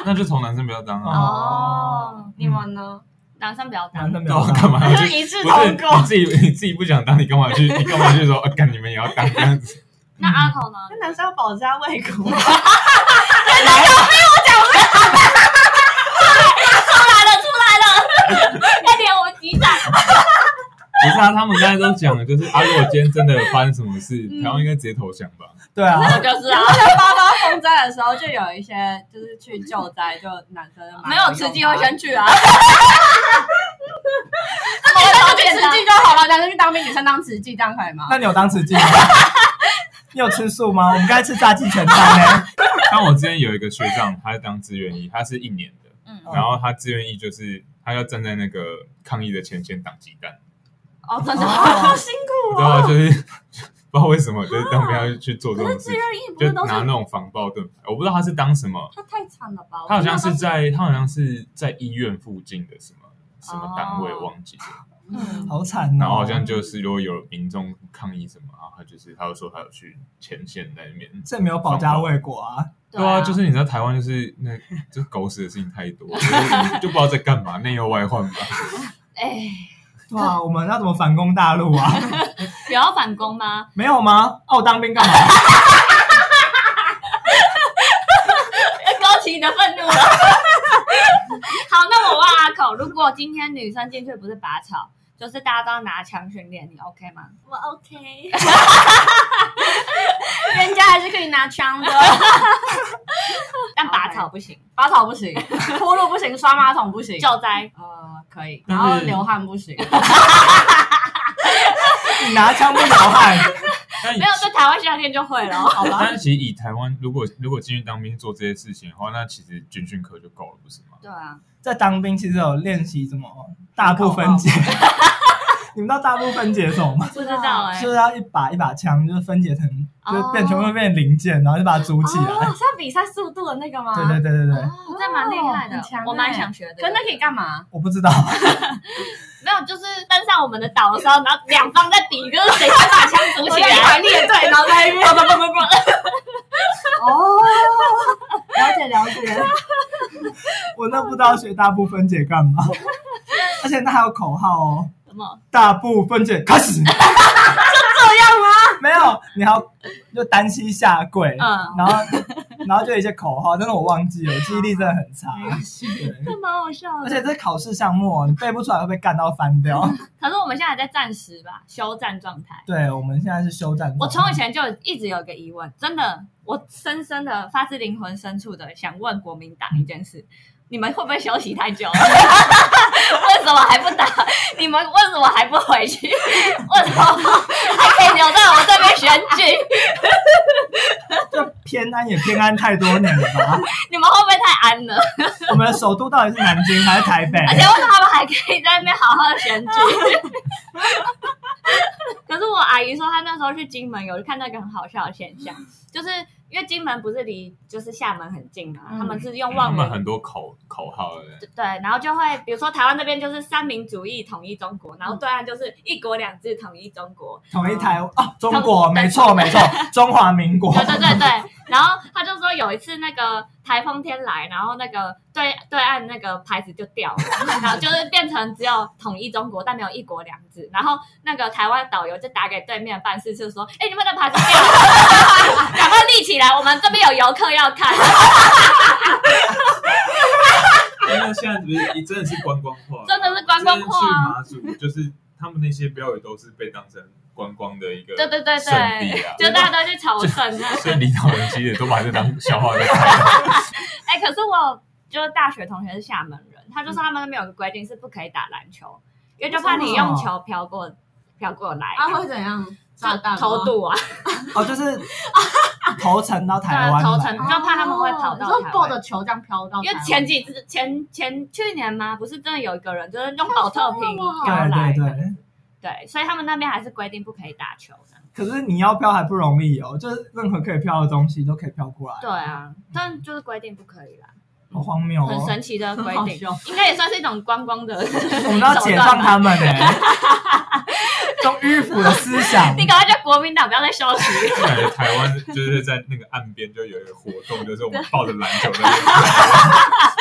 S4: 那就投男生不要当啊。
S1: 哦
S3: 哦，
S5: 你们呢？
S1: 男生不要当
S3: 男。生没
S4: 那
S3: 有
S4: 我
S3: 当
S4: 干嘛去？
S5: (laughs) 一致
S4: 嗯不是你自己你自己不想当，你干嘛去？你干嘛去说？呃干、你们也要当这样子？
S1: 那阿口呢？
S5: 那男生要保家卫国，
S1: (laughs) 出来了，出来了，要点我击掌。
S4: 不是啊，他们刚才都讲了，就是啊，如果今天真的发生什么事，台湾应该直接投降吧？
S3: 对啊，
S1: 我就是
S5: (laughs)
S1: 啊，
S5: 八八风灾的时候，就有一些就是去救灾，就男生蛮
S1: 没有
S5: 用
S1: 慈
S5: 的
S1: 济会先去
S5: (laughs)
S1: 啊。
S5: 那就去慈济就好了，男生去当兵，女生当慈济，这样可以吗？
S3: 那你有当慈济吗？ (laughs) 你有吃素吗？我们刚才吃炸鸡全餐呢。
S4: 但我之前有一个学长，他是当志愿役，他是一年的，
S1: 嗯
S4: 然后他志愿役就是他要站在那个抗议的前线挡鸡蛋，
S1: 哦，真的
S3: 哦
S1: 辛苦。
S4: 然后就是 (laughs) 不知道为什么，就是当兵要去做这
S1: 可
S4: 种
S1: 是
S4: 事
S1: 志
S4: 情，
S1: 愿役不
S4: 啊就是
S1: 都是
S4: 拿那种防爆盾牌，我不知道他是当什么，
S1: 他太惨了吧？
S4: 他好像
S1: 我
S4: 是
S1: 觉得
S4: 在他好像是在医院附近的什么什么单位
S1: 哦
S4: 忘记了，
S1: 嗯
S3: 好惨哦！
S4: 然后好像就是如果有民众抗议什么，然后他就是他就说他有去前线那边，
S3: 这没有保家卫国啊，
S4: 对啊，就是你知道台湾就是那就是狗屎的事情太多，
S1: (laughs)
S4: 就是就不知道在干嘛，内忧外患吧。
S1: 哎，
S3: 对啊，我们要怎么反攻大陆啊？ (laughs)
S1: 有要反攻吗？
S3: 没有吗？哦，我当兵干嘛？ (laughs)
S1: 要哎勾起你的愤怒了。 (laughs) 好，那我问阿口，如果今天女生进去不是拔草，就是大家都要拿枪训练，你 OK 吗？
S5: 我 OK，人家还是可以拿枪
S1: (laughs)
S5: 的，
S1: 但拔草不行，
S5: 拔草不行，铺路不行，刷马桶不行，
S1: 救灾
S5: 呃可以，
S4: 但
S5: 然
S4: 是
S5: 后流汗不行，
S3: 你拿枪不挠汗，
S4: 但
S1: 没有，啊在台湾夏天就会了。好
S3: (laughs)
S1: 吧？
S4: 但其实以台湾，如果如果进去当兵做这些事情的话，那其实军训课就够了，不是吗？
S1: 对啊，
S3: 在当兵其实有练习什么大部分解， (laughs) 你们知道大部分解什么吗？
S1: 不知道哎
S3: 就。是要一把一把枪，就是分解成，就是变
S1: 哦
S3: 全部变零件，然后就把它组起来
S5: 哦。是要比赛速度的那个吗？
S3: 对对对对对，
S1: 哦，这蛮厉害的
S5: 很强，欸
S1: 我蛮想学的。
S5: 可那可以干嘛？
S3: 我不知道，
S1: 没有，就是登上我们的岛的时候，然后两方在比，就是谁先把枪组起
S5: (laughs)
S1: 来，
S5: 列队，然后在那 (laughs)
S1: 不
S5: 边，
S1: 不不不，
S5: 哦，了解了解，
S3: 我那不知道学大部分解干
S1: (laughs)
S3: 嘛，而且那还有口号哦，
S1: 什么？
S3: 大部分解开始。
S5: 这样吗？
S3: (laughs) 没有，你还要就单膝下跪，
S1: 嗯
S3: 然后然后就有一些口号，但是我忘记了，我记忆力真的很
S1: (laughs)
S3: 差。对，
S1: 这蛮好笑
S3: 而
S1: 的。
S3: 且这是考试项目哦，你背不出来会被干到翻掉。
S1: 可是我们现在还在暂时吧，休战状态。
S3: 对，我们现在是休战状态。
S1: 我从以前就一直有一个疑问，真的，我深深的发自灵魂深处的想问国民党一件事：你们会不会休息太久了？为什么还不打？你们为什么还不回去？为什么还可以留在我们这边选举？
S3: 就偏安也偏安太多年了
S1: (laughs)
S3: 吧？
S1: 你们会不会太安了？
S3: 我们的首都到底是南京还是台北？
S1: (laughs) 而且为什么他们还可以在那边好好的选举？ (laughs) 可是我阿姨说，她那时候去金门有看到一个很好笑的现象，就是因为金门不是离就是厦门很近嘛，
S5: 嗯
S1: 他们是用
S4: 他
S1: 望
S4: 们
S1: 远
S4: 很多口口号的，
S1: 对，然后就会比如说台湾这边就是三民主义统一中国，然后对岸就是一国两制统一中国，
S3: 统一
S1: 啊
S3: 台哦，中
S1: 中
S3: 国没错没
S1: (laughs)
S3: 错，中华民国
S1: 对。对对对。然后他就说有一次那个台风天来，然后那个对对岸那个牌子就掉了， (laughs) 然后就是变成只有统一中国，但没有一国两制。然后那个台湾导游就打给对面办事处说：“哎，你们的牌子掉了， (laughs) 赶快立起来，我们这边有游客要看。”
S4: 因为哎现在不是真的是观光化，
S1: 真的是观光化啊
S4: 之前去马祖就是他们那些标语都是被当成观光的一个
S1: 对对对
S4: 圣地
S1: 对，
S4: 啊，
S1: 就大家都去朝圣这啊样。
S4: 所以领导人其实也都把这当笑话在看。
S1: 哎、可是我就是大学同学是厦门人，他就说他们那边有个规定是不可以打篮球，因为就怕你用球飘过飘过来，
S5: 啊，会怎样？炸弹
S1: 就
S5: 吗
S1: 投毒啊，(laughs)
S3: 哦，就是投诚到
S1: 对啊
S3: 台，湾
S1: 投
S3: 来
S1: 诚，就怕他们会跑
S5: 哦你
S1: 到
S5: 说
S1: 台
S5: 抱
S1: 湾。
S5: 着球这样飘到台湾，
S1: 因为前几次前前去年嘛，不是真的有一个人就是用保特瓶飘来
S3: 对对
S1: 的，
S3: 对。
S1: 对，所以他们那边还是规定不可以打球的。
S3: 可是你要飘还不容易哦，就是任何可以飘的东西都可以飘过来，
S1: 对啊，但就是规定不可以啦，
S3: 好荒谬
S1: 很
S3: 哦！
S1: 神奇的规
S5: 好
S1: 定，
S5: 笑
S1: 应该也算是一种观光的 (laughs) 手段吧。
S3: 我们要解放他们哎、 (laughs) 这种迂腐的思
S1: (laughs)
S3: 想
S1: 你，赶快叫国民党不要再休息。 (laughs)
S4: 就感觉台湾就是在那个岸边就有一个活动，就是我们抱着篮球在那边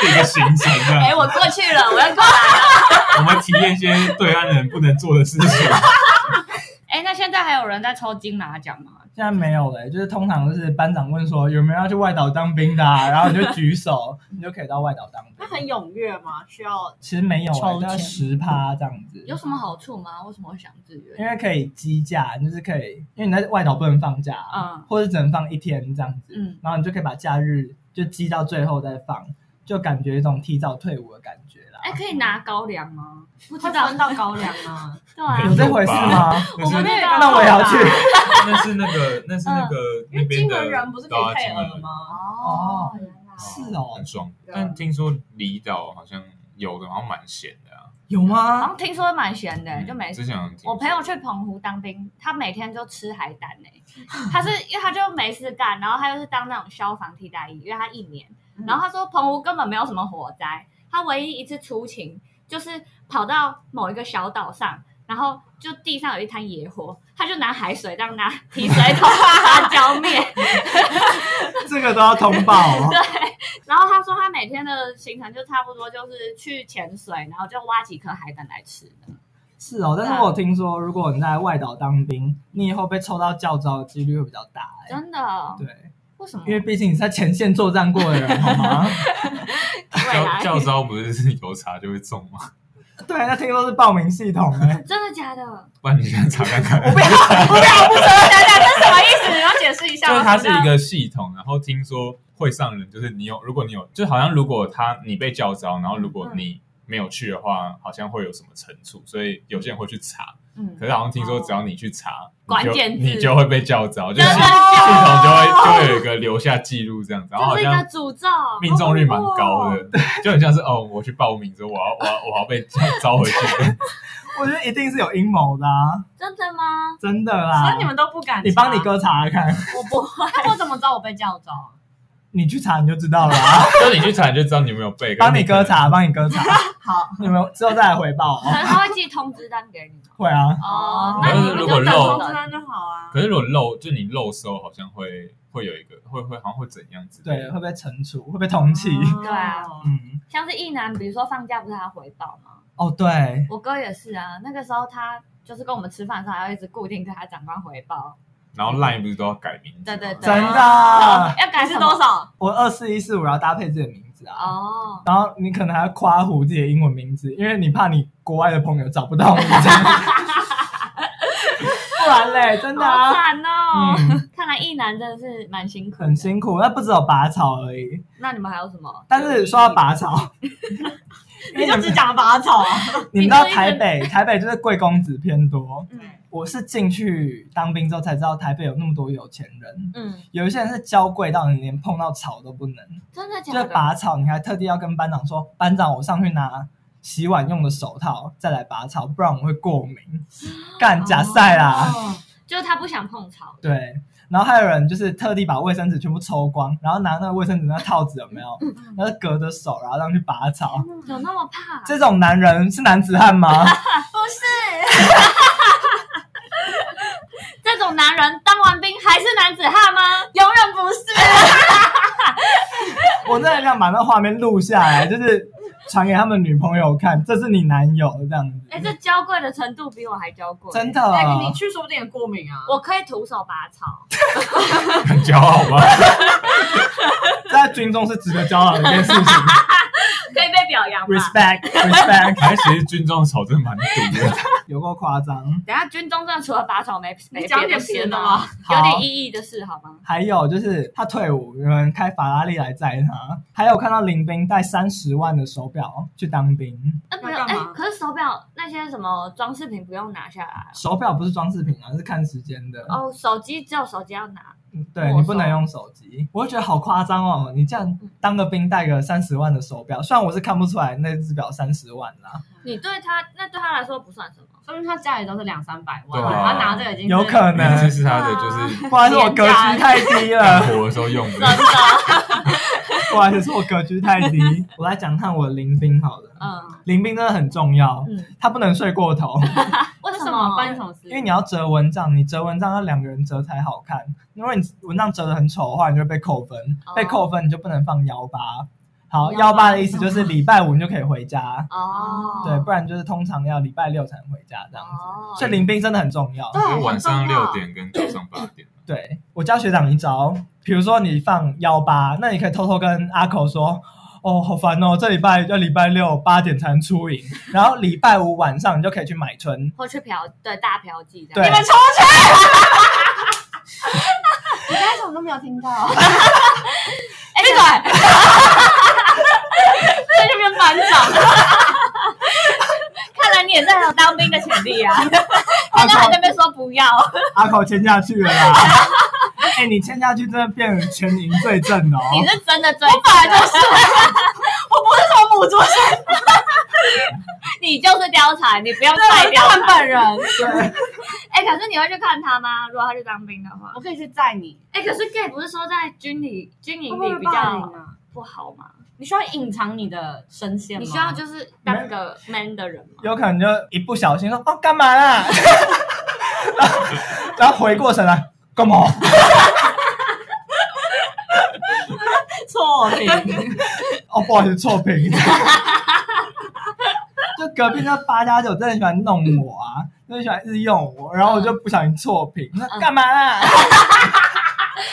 S4: 这个行程这
S1: (laughs)
S4: 样
S1: 哎、我过去了，我要过来 (laughs) 了。
S4: 我们体验一些对岸人不能做的事情。
S1: 哎，那现在还有人在抽金马奖吗？
S3: 现在没有了、就是通常就是班长问说有没有要去外岛当兵
S1: (laughs)
S3: 的、啊，然后你就举手，你就可以到外岛当兵。
S5: 那很踊跃吗？需要
S3: 其实没有、欸，
S6: 抽
S3: 就要
S6: 签
S3: 十趴这样子。
S1: 有什么好处吗？为什么会想自愿？
S3: 因为可以积假，你就是可以，因为你在外岛不能放假，啊
S1: 嗯
S3: 或者只能放一天这样子，
S1: 嗯
S3: 然后你就可以把假日就积到最后再放，就感觉一种提早退伍的感觉啦。
S1: 哎，可以拿高粱吗？不知
S5: 会
S1: 道
S5: 分，到高粱
S3: (laughs)
S5: 吗？
S1: 对啊，
S3: 有这回事吗？
S1: 我不知
S5: 没有
S1: 道。
S3: 那我也要去。
S4: 那是那个，那是那个
S5: 因
S4: 那
S5: 为
S4: 边
S5: 金
S4: 的
S5: 门人不是可
S4: 对
S5: 以
S4: 啊
S5: 配
S4: 金门
S5: 额
S4: 人
S5: 吗？
S1: 哦，原来
S3: 是哦
S4: 很，爽。
S5: 对啊
S4: 但听说离岛好像有的好像蛮闲的啊，
S3: 有
S1: 好 (laughs)
S3: 吗？
S1: 像听说蛮闲的，就没
S4: 之前好像听说
S1: 我朋友去澎湖当兵，他每天就吃海胆呢、他是因为他就没事干，然后他又是当那种消防替代役，因为他一年。然后他说澎湖根本没有什么火灾，他唯一一次出勤就是跑到某一个小岛上，然后就地上有一滩野火，他就拿海水这样拿提水 (laughs) 桶把它浇灭。
S3: 这个都要通报
S1: (laughs)
S3: 哦。
S1: 然后他说他每天的行程就差不多就是去潜水，然后就挖几颗海胆来吃的。
S3: 是哦，但是我有听说，如果你在外岛当兵，你以后被抽到教招的几率会比较大、哎，
S1: 真的？
S3: 对，
S1: 为什么？
S3: 因为毕竟你是在前线作战过的人，好吗？
S1: 未
S4: 教
S1: 来
S4: 教招不是是有查就会中吗？
S3: 对，那听说是报名系统哎、
S1: 真的假的？
S4: 不然你先查看看。
S5: 大家这是什么意思？你要解释一下
S4: 就
S5: 吗。
S4: 是它是一个系统，然后听说会上人，就是你有，如果你有，就好像如果他你被叫招，然后如
S1: 嗯
S4: 果你没有去的话，好像会有什么惩处，所以有些人会去查。
S1: 嗯
S4: 可是好像听说只要你去查，
S1: 关
S4: 你就
S1: 键字
S4: 你就会被叫招，就
S1: 真
S4: 是
S1: 的
S3: 啊
S1: 哦
S4: 系
S1: 假
S4: 系
S1: 的
S4: 统就会就会有一个留下记录这样子，然后
S1: 这
S4: 好
S1: 是一个
S4: 像。
S1: 诅咒。
S4: 命中率蛮高
S1: (laughs)
S4: 的，就很像是哦，我去报名之后，我要我要我要被招
S1: (laughs)
S4: 回去。 (laughs)
S3: 我觉得一定是有阴谋的、啊，
S1: 真的吗？
S3: 真的啦。
S5: 所
S4: 啊
S5: 以你们都不敢。
S3: 你帮你，哥查查看，
S5: 我不会。那我怎么知道我被叫招？
S3: 你去查你就知道 (laughs) 了啊、
S4: 就你去查，你就知道你有没有背。
S3: 帮你
S4: 可是
S3: 哥
S4: 可能
S3: 查，帮你哥查，
S5: 好，
S3: 你们之后再来回报
S1: 可
S3: 哦。
S1: 能他会寄通知单给你。
S3: 会啊，
S5: 哦
S1: 那
S4: 可
S1: 你
S4: 是
S1: 们就
S4: 如果
S1: 等通
S4: 漏
S5: 通
S1: 知
S5: 知
S1: 单
S5: 单就好啊。
S4: 可是如果漏，就你漏收，好像会会有一个会会好像会怎样子？
S3: 对，会被惩处，会被通缉。
S5: 哦
S1: 对啊
S3: 嗯，
S1: 像是一男，比如说放假不是还要回报吗？
S3: 哦对，
S1: 我哥也是啊，那个时候他就是跟我们吃饭的时候还要一直固定跟他长官回报，
S4: 然后 line 不是都要改名字吗？
S1: 对对对
S3: 真的，
S1: 要改
S5: 还
S1: 什
S5: 是
S1: 么
S5: 多少？
S3: 我二四一四五，然后搭配自己的名字啊。
S1: 哦。
S3: 然后你可能还要夸胡自己的英文名字，因为你怕你国外的朋友找不到你，这
S1: (laughs)
S3: 样不然嘞，真的
S1: 好
S3: 啊，
S1: 惨哦！
S3: 嗯
S1: 看来一男真的是蛮辛苦的。
S3: 很辛苦。那不只有拔草而已，
S1: 那你们还有什么？
S3: 但是说到
S1: (laughs)
S3: 拔草，因为
S5: 你就
S3: 你
S5: 只
S3: 们
S5: 讲拔草啊？
S3: 你们知道台北，台北就是贵公子偏多，
S1: 嗯
S3: 我是进去当兵之后才知道台北有那么多有钱人，
S1: 嗯，
S3: 有一些人是娇贵到你连碰到草都不能，
S1: 真的
S3: 就
S1: 假
S3: 是
S1: 的？
S3: 拔草，你还特地要跟班长说，班长我上去拿洗碗用的手套再来拔草，不然我会过
S1: (gasps)
S3: 敏，干假赛啦，
S1: 哦
S4: 啊
S1: 就是他不想碰草。
S3: 对。然后还有人就是特地把卫生纸全部抽光，然后拿那个卫生纸那套子有没有，
S1: 嗯
S3: 然后隔着手然后让去拔草，
S1: 有那么怕？
S3: 这种男人是男子
S1: (laughs)
S3: 汉吗？
S1: 不是， (laughs) 这种男人当完兵还是男子汉吗？永远不是。
S3: 我真的很想把那画面录下来，就是传给他们女朋友看，这是你男友这样子，
S1: 哎、这娇贵的程度比我还娇贵。
S3: 真的。
S5: 那哎你去说不定也过敏啊。
S1: 我可以徒手拔草，
S4: 很骄傲吗？ (laughs)
S3: 在军中是值得骄傲的一件
S1: (laughs)
S3: 事情
S1: (laughs) 可以被表扬吧？
S3: ，respect respect，
S4: 还其实军中的草真的蛮毒的，
S3: 有够夸张。
S1: 等一下军中正除了拔草没没
S5: 你讲
S1: 别的
S5: 点
S1: 事
S5: 哎别的
S1: 吗
S5: 吗？
S1: (laughs) 有
S3: 好
S1: 点意义的事好吗？
S3: 还有就是他退伍，有人开法拉利来载他，还有看到林兵带三十万的手表去当兵，
S1: 那不
S5: 要
S1: 用
S5: 干
S1: 哎、
S5: 嘛
S1: 可是手表那些什么装饰品不用拿下来
S3: 手表不是装饰品啊，是看时间的。
S1: 哦，手机只有手机要拿，
S3: 对
S1: 没
S3: 你
S1: 收
S3: 不能用手机，我就觉得好夸张哦！你这样当个兵带个三十万的手表，虽然我是看不出来那只表三十万啦，
S1: 你对他那对他来说不算什么。
S5: 说明他家里都是两三百万，
S4: 对啊
S5: 他拿这个已经是
S3: 有可能
S4: 这是他的就是
S3: 不好意思，我格局太低
S4: 干
S3: 了。
S4: 活的时
S1: (laughs)
S4: 候用的。
S3: 不好意思，我格局太低。我来讲看我的林兵好了。
S1: 嗯
S3: 林兵真的很重要，
S1: 嗯，
S3: 他不能睡过头，
S1: 为
S5: 为
S1: 什
S5: 什么
S1: 么？
S5: 关你什么事？
S3: 因为你要折蚊帐，你折蚊帐要两个人折才好看。如果你蚊帐折的很丑的话，你就会被扣分。
S1: 哦
S3: 被扣分你就不能放幺八。好，
S1: 幺
S3: 幺
S1: 八
S3: 八的意思就是礼拜五你就可以回家，
S1: 哦，
S3: 对，不然就是通常要礼拜六才能回家这样子。
S1: 哦，
S3: 所以林兵真的很重要。
S5: 对
S1: (laughs)
S4: 就晚上六点跟早上八点，
S3: 对我教学长一招，比如说你放幺八，那你可以偷偷跟阿口说，哦，好烦哦，这礼拜要礼拜六八点才能出营，然后礼拜五晚上你就可以去买春。
S1: 或去嫖对大嫖妓这
S3: 对
S1: 样。
S5: 你们出 (laughs) 去！你刚才什么都没有听 (laughs) 到，
S1: 闭嘴！
S5: 哎 (laughs) 在那边班 (laughs) 长，
S1: 看来你也是很有当兵的潜力啊！ (laughs)
S3: 阿
S1: 刚刚还
S3: 口
S1: 在那边说不要，
S3: 阿口签下去了啦。 (laughs) 哎、你签下去真的变成全营最正的哦。
S1: 你是真的追，
S5: 我本来就是，我不是从母猪生
S1: 你就是貂蝉，你不要
S5: 的，
S1: 再
S5: 我是
S1: 貂
S5: 他
S1: 蝉。
S5: 本人。
S3: 对，
S1: 哎、可是你会去看他吗？如果他去当兵的话，
S5: 我可以去载你，
S1: 哎、可是 gay 不是说在军里军营
S5: 会
S1: 里
S5: 不会
S1: 比
S5: 霸凌
S1: 较
S5: 啊？
S1: 不好吗？
S5: 你需要隐藏你的声线吗？
S1: 你需要就是当个 man 的人吗？
S3: 有可能就一不小心说哦干嘛啦， (laughs) 然后然后回过神来干嘛？
S5: 错
S1: (laughs)
S5: 评。
S3: 哦，不好意思，错评。 (laughs) 就隔壁那八加九真的很喜欢弄我啊，真的喜欢一直用我，然后我就不小心错评，那干嘛啦？ (laughs)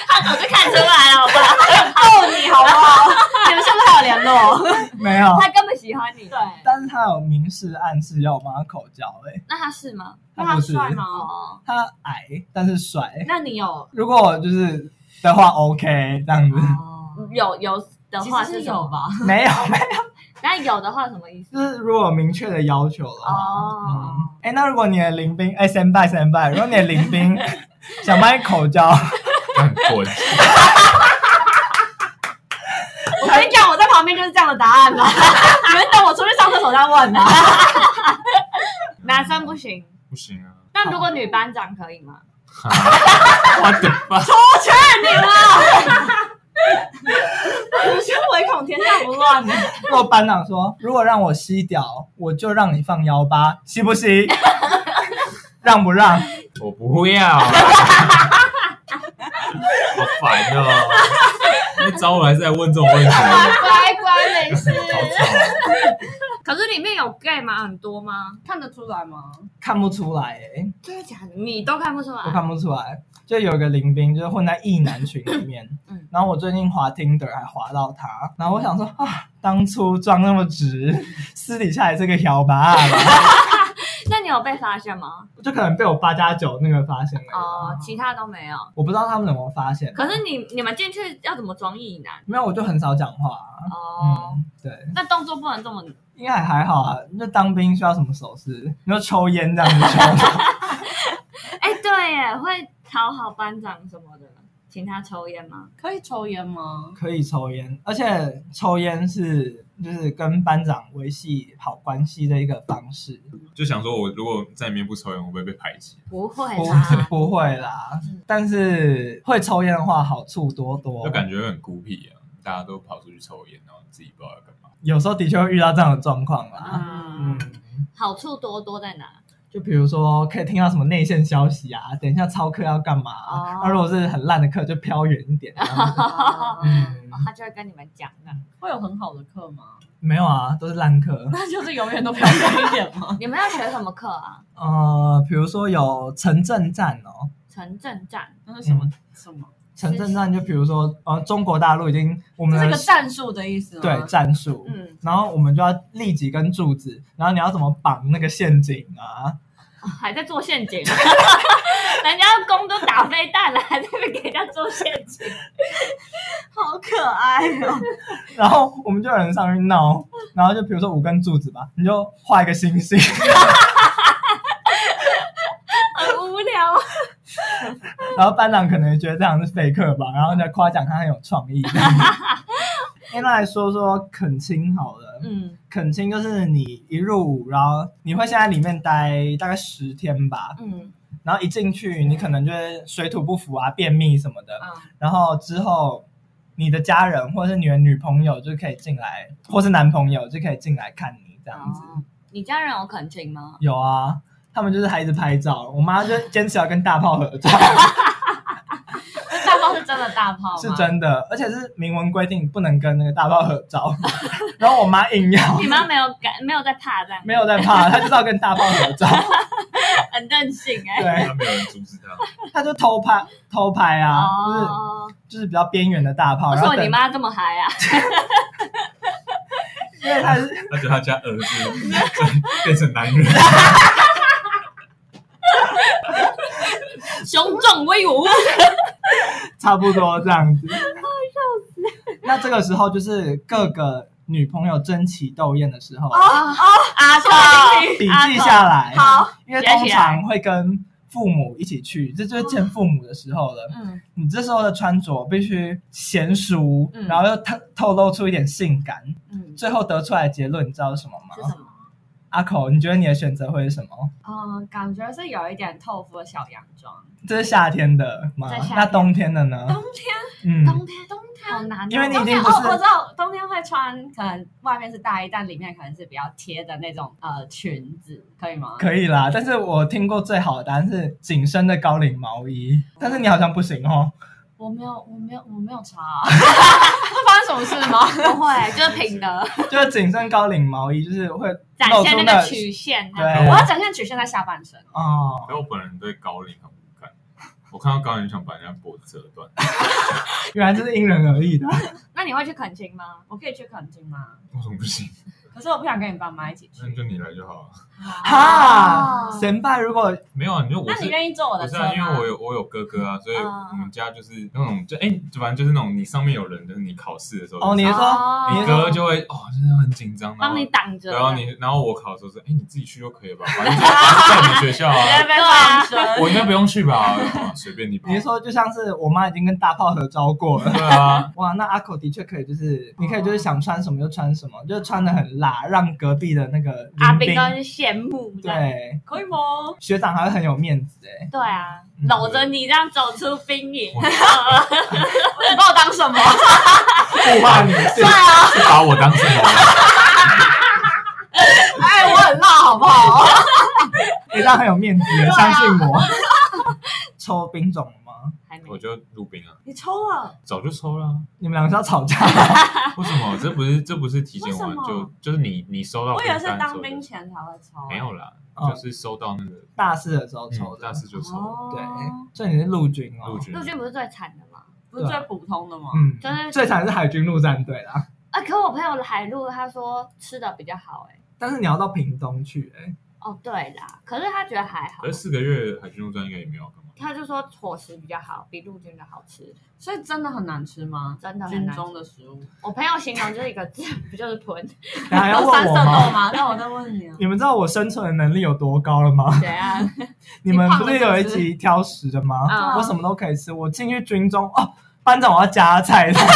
S1: 他早就看出来了，好不好？
S5: 逗你好不好？你们是不是还有联络？
S3: 没
S1: (laughs)
S3: 有，
S1: 他根本喜欢你。
S5: 对，
S3: 但是他有明示暗示要我帮他口交、欸，
S1: 那他是吗？
S3: 他不是，
S5: 吗？
S1: 哦，
S3: 他矮但是帅。
S5: 那你有
S3: 如果就是的话，OK 这样子，
S1: 哦有有的话
S5: 其实
S1: 是
S5: 是
S1: 什么
S5: 有？吧？
S3: (laughs) 没有没有，
S1: 那有的话什么意思？
S3: 就是如果有明确的要求的话。
S1: 哦，
S3: 嗯，哎、那如果你的林兵，哎、先拜先拜，如果你的
S1: (laughs)
S3: 林兵想帮你口交，
S4: 干滚！
S5: 我跟你讲，我在旁边就是这样的答案嘛。 (laughs) 你们等我出去上厕所再问啊。
S1: 男生不行。
S4: 不行啊！ (laughs)
S1: 那如果女班长可以吗？
S4: 我的妈！
S5: 我劝你了。你是唯恐天下不乱的，
S3: 如果班长说，如果让我吸屌，我就让你放幺八，吸
S1: (laughs)
S3: 不吸？让不让？
S4: 我不要， (laughs) 好烦
S1: (laughs)
S4: 哦！你找我来是在问这种问题，好
S1: 乖乖没事。
S4: 吵。
S1: (laughs) 可是里面有 gay 吗？很多吗？
S5: 看得出来吗？
S3: 看不出来、欸，
S1: 真的假的？你都看不出来
S3: 我。看不出来。就有一个林兵，就是混在异男群里面，
S1: 嗯
S3: 然后我最近滑 Tinder 还滑到他，然后我想说啊，当初装那么直，私底下也是个小白，啊
S1: (laughs) 那你有被发现吗？
S3: 就可能被我八加九那个发现了。
S1: 哦，其他都没有。
S3: 我不知道他们怎么发现的，啊
S1: 可是你你们进去要怎么装异男？
S3: 没有，我就很少讲话啊、
S1: 哦，
S3: 嗯，对，
S1: 那动作不能这么
S3: 应该还好啊。那当兵需要什么手势？你说抽烟这样子
S1: (laughs)
S3: 抽，
S1: 哎、对耶，会讨好班长什么的，请他抽烟吗？
S5: 可以抽烟吗？
S3: 可以抽烟，而且抽烟是就是跟班长维系好关系的一个方式。
S4: 就想说，我如果在里面不抽烟，我会不会被排挤？
S1: 不会
S3: 不
S1: 啦，嗯
S3: 不会啦，但是会抽烟的话好处多多
S4: 就。感觉很孤僻啊，大家都跑出去抽烟，然后自己不知道
S3: (laughs)
S4: 要干嘛。
S3: 有时候的确会遇到这样的状况啦。
S5: 嗯
S3: 嗯，，
S1: 好处多多在哪？
S3: 就比如说可以听到什么内线消息啊，等一下操课要干嘛啊
S1: 哦？
S3: 那、如果是很烂的课，就飘远一点。这样
S1: (laughs)
S3: 子嗯，
S1: 他就会跟你们讲的。
S5: 啊会有很好的课吗？
S3: 没有啊，都是烂课。
S5: 那就是永远都不要远一点吗？
S1: 你们要学什么课啊？
S3: 呃，比如说有城镇站哦，
S1: 城镇站
S5: 那是什么嗯什么？
S3: 城镇站就比如说呃，中国大陆已经我
S5: 这
S3: 们
S5: 是
S3: 的
S5: 个战术的意思吗？
S3: 对战术，
S5: 嗯，
S3: 然后我们就要立几根柱子，然后你要怎么绑那个陷阱啊？
S1: 哦还在做陷阱，人家弓都打飞弹了，还在那边给人家做陷阱。
S5: 好可爱哦！
S3: 然后我们就有人上去闹，然后就比如说五根柱子吧，你就画一个
S5: (laughs)
S3: 星星，
S1: 很无聊，
S3: 然后班长可能也觉得这样是废课吧，然后就夸奖他很有创
S5: (laughs)
S3: 意。哎，那来说说恳亲好了，
S1: 嗯，
S3: 恳亲就是你一入伍，然后你会先在里面待大概十天吧，
S1: 嗯，
S3: 然后一进去你可能就是水土不服啊、便秘什么的，
S5: 嗯
S3: 然后之后你的家人或者是你的女朋友就可以进来，或是男朋友就可以进来看你这样子。
S1: 哦，你家人有恳亲吗？
S3: 有啊，他
S1: (laughs)
S3: 们就是还一直拍照，我妈就坚持要跟大炮合照，
S1: 那大包是真
S5: 真的大炮吗？
S1: 哦
S3: 是真的，而且是明文规定不能跟那个大炮合
S1: (laughs)
S3: 照。然后我妈硬要，
S1: 你妈没有敢，没有在怕这样，
S3: 没有在怕，她就是要跟大炮合
S1: (laughs)
S3: 照。
S1: 很任性哎、
S3: 对，
S4: 他没有人阻止
S3: (laughs)
S4: 他，
S3: 她就偷拍偷拍啊，
S1: 哦，
S3: 就是就是比较边缘的大炮。
S1: 为
S3: 然
S1: 什
S3: 后
S1: 么你
S3: 等，
S1: 妈这么嗨啊？
S3: 因为她是 (laughs)
S4: 他觉得他家儿子变成男人，
S1: 雄壮威武，
S3: 哦差不多这样
S1: (laughs)
S3: 子。 (laughs) 那这个时候就是各个女朋友争奇斗艳的时候，
S1: 啊
S3: 哦
S1: 阿超，
S3: 笔
S1: 哦阿
S3: 记
S1: 超
S3: 下来。
S1: 好，
S3: 因为
S1: 写起来
S3: 通常会跟父母一起去，这就是见父母的时候了。
S5: 嗯，
S3: 你这时候的穿着必须娴熟，
S5: 嗯
S3: 然后又透透露出一点性感。
S5: 嗯
S3: 最后得出来的结论，你知道是什么
S5: 是
S3: 吗？
S5: 什么？
S3: 阿口，你觉得你的选择会是什么？
S5: 嗯，感觉是有一点透肤的小洋装。
S3: 这是夏天的吗
S1: 在夏？天
S3: 那冬天的呢？
S5: 冬天，
S3: 嗯，
S1: 天
S5: 冬天，
S1: 好难哦，
S3: 因为你
S5: 冬
S3: 一定
S5: 天
S3: 不
S5: 哦，
S3: 是
S5: 我知道，冬天会穿，可能外面是大衣，但里面可能是比较贴的那种呃裙子，可以吗？
S3: 可以啦。但是我听过最好的答案是紧身的高领毛衣，但是你好像不
S1: (laughs)
S3: 行哦。
S5: 我没有，我没有，我没有查、啊， (laughs) 发生什么事
S4: (laughs)
S5: 吗？
S1: 不会，就是平
S3: (laughs)
S1: 的，
S3: 就是紧身高领毛衣，就是会
S1: 展
S3: 露
S1: 现
S3: 出
S1: 那
S3: 那
S1: 个曲线。啊
S3: 对
S5: 我要展现曲线在下半身。
S3: 哦，
S4: 然后我本人对高领很无感，我看到高领就想把人家脖子折断，
S3: 原来这是因人而异的。
S1: 那你会去恳亲吗？
S5: 我可以去垦丁吗？
S4: 为什么不行？
S5: 可是我不想跟你爸妈一起去。啊
S4: 那就你来就好了。
S3: 哈
S1: 哦，
S3: 神拜如果
S4: 没有啊，你就我
S5: 那
S4: 是
S5: 你愿意坐我的
S4: 不是
S5: 车
S4: 啊，因为我
S5: 吗？
S4: 有我有哥哥啊，所以
S1: 嗯
S4: 我们家就是那种就哎、反正就是那种你上面有人，就是你考试的时候，
S3: 哦，你说、
S1: 哦
S3: 你
S4: 你哥就会哦，真的很紧张，然
S1: 帮
S4: 后
S1: 你挡着，
S4: 然后你然后我考的时候是哎、你自己去就可以了吧，反正就反正在你学校
S1: (laughs)
S4: 啊，
S1: 被放
S5: 生。
S4: (laughs) 我应该不用去吧，哦随便你吧。
S3: 你说就像是我妈已经跟大炮合照过
S1: (laughs)
S3: 了。
S4: 对啊，
S3: 哇，那阿口的确可以，就是你可以就是想穿什么就穿什么，就是穿的很辣，让隔壁的那个邻
S1: 阿兵都是羡慕的，
S3: 对
S5: 可以吗？
S3: 学长还会很有面子哎。
S1: 对啊，搂着你这样走出兵营，
S5: 你把我当什么？
S3: 不骂你，
S4: 对啊，是把我当什么？
S5: (laughs) 哎，我很辣，好不好？
S3: 你这样欸很有面子耶，相信我。 (laughs) 抽兵种了吗？
S1: 还没
S4: 我就入兵啊，
S5: 你抽了，
S4: 早就抽了啊、
S3: 你们两个是要吵架吗？
S4: 为什么？这不是这不是提前
S5: 为
S4: 完
S5: 什么
S4: 就就是你你收到
S5: 我以
S4: 名
S5: 为
S4: 单
S5: 是
S4: 之后就，
S5: 当兵前才会抽。
S4: 没有啦，
S3: 哦
S4: 就是收到那个
S3: 大四的时候抽
S4: 嗯
S3: 的
S4: 大，四就抽了
S5: 哦，
S3: 对，所以你是陆军哦。
S4: 陆，军，
S1: 陆军不是最惨的吗？
S5: 不是最普通的吗？
S3: 嗯，
S1: 就是
S3: 最惨是海军陆战队啦，
S1: 啊，可我朋友海陆他说吃的比较好，哎，
S3: 但是你要到屏东去哎。
S1: 哦对啦，可是他觉得还好
S4: 可，是四个月海军陆战应该也没有干嘛。
S1: 他就说伙食比较好，比陆军的好吃，
S5: 所以真的很难吃吗？
S1: 真的很
S5: 军
S1: 难吃。
S5: 中的食物，
S1: 我朋友形容就是一个字， (laughs) 不就是
S3: (laughs)
S1: 豚？
S3: 等一下要
S5: 有哦三
S3: 问
S5: 色
S3: 我
S5: 豆
S3: 吗？
S5: 吗？那我再问你啊。
S3: 你们知道我生存的能力有多高了吗？
S1: 怎样？
S3: 你们不是有一集挑食的吗？
S1: 嗯
S3: 啊我什么都可以吃，我进去军中哦，班长我要加菜了，
S5: 怎么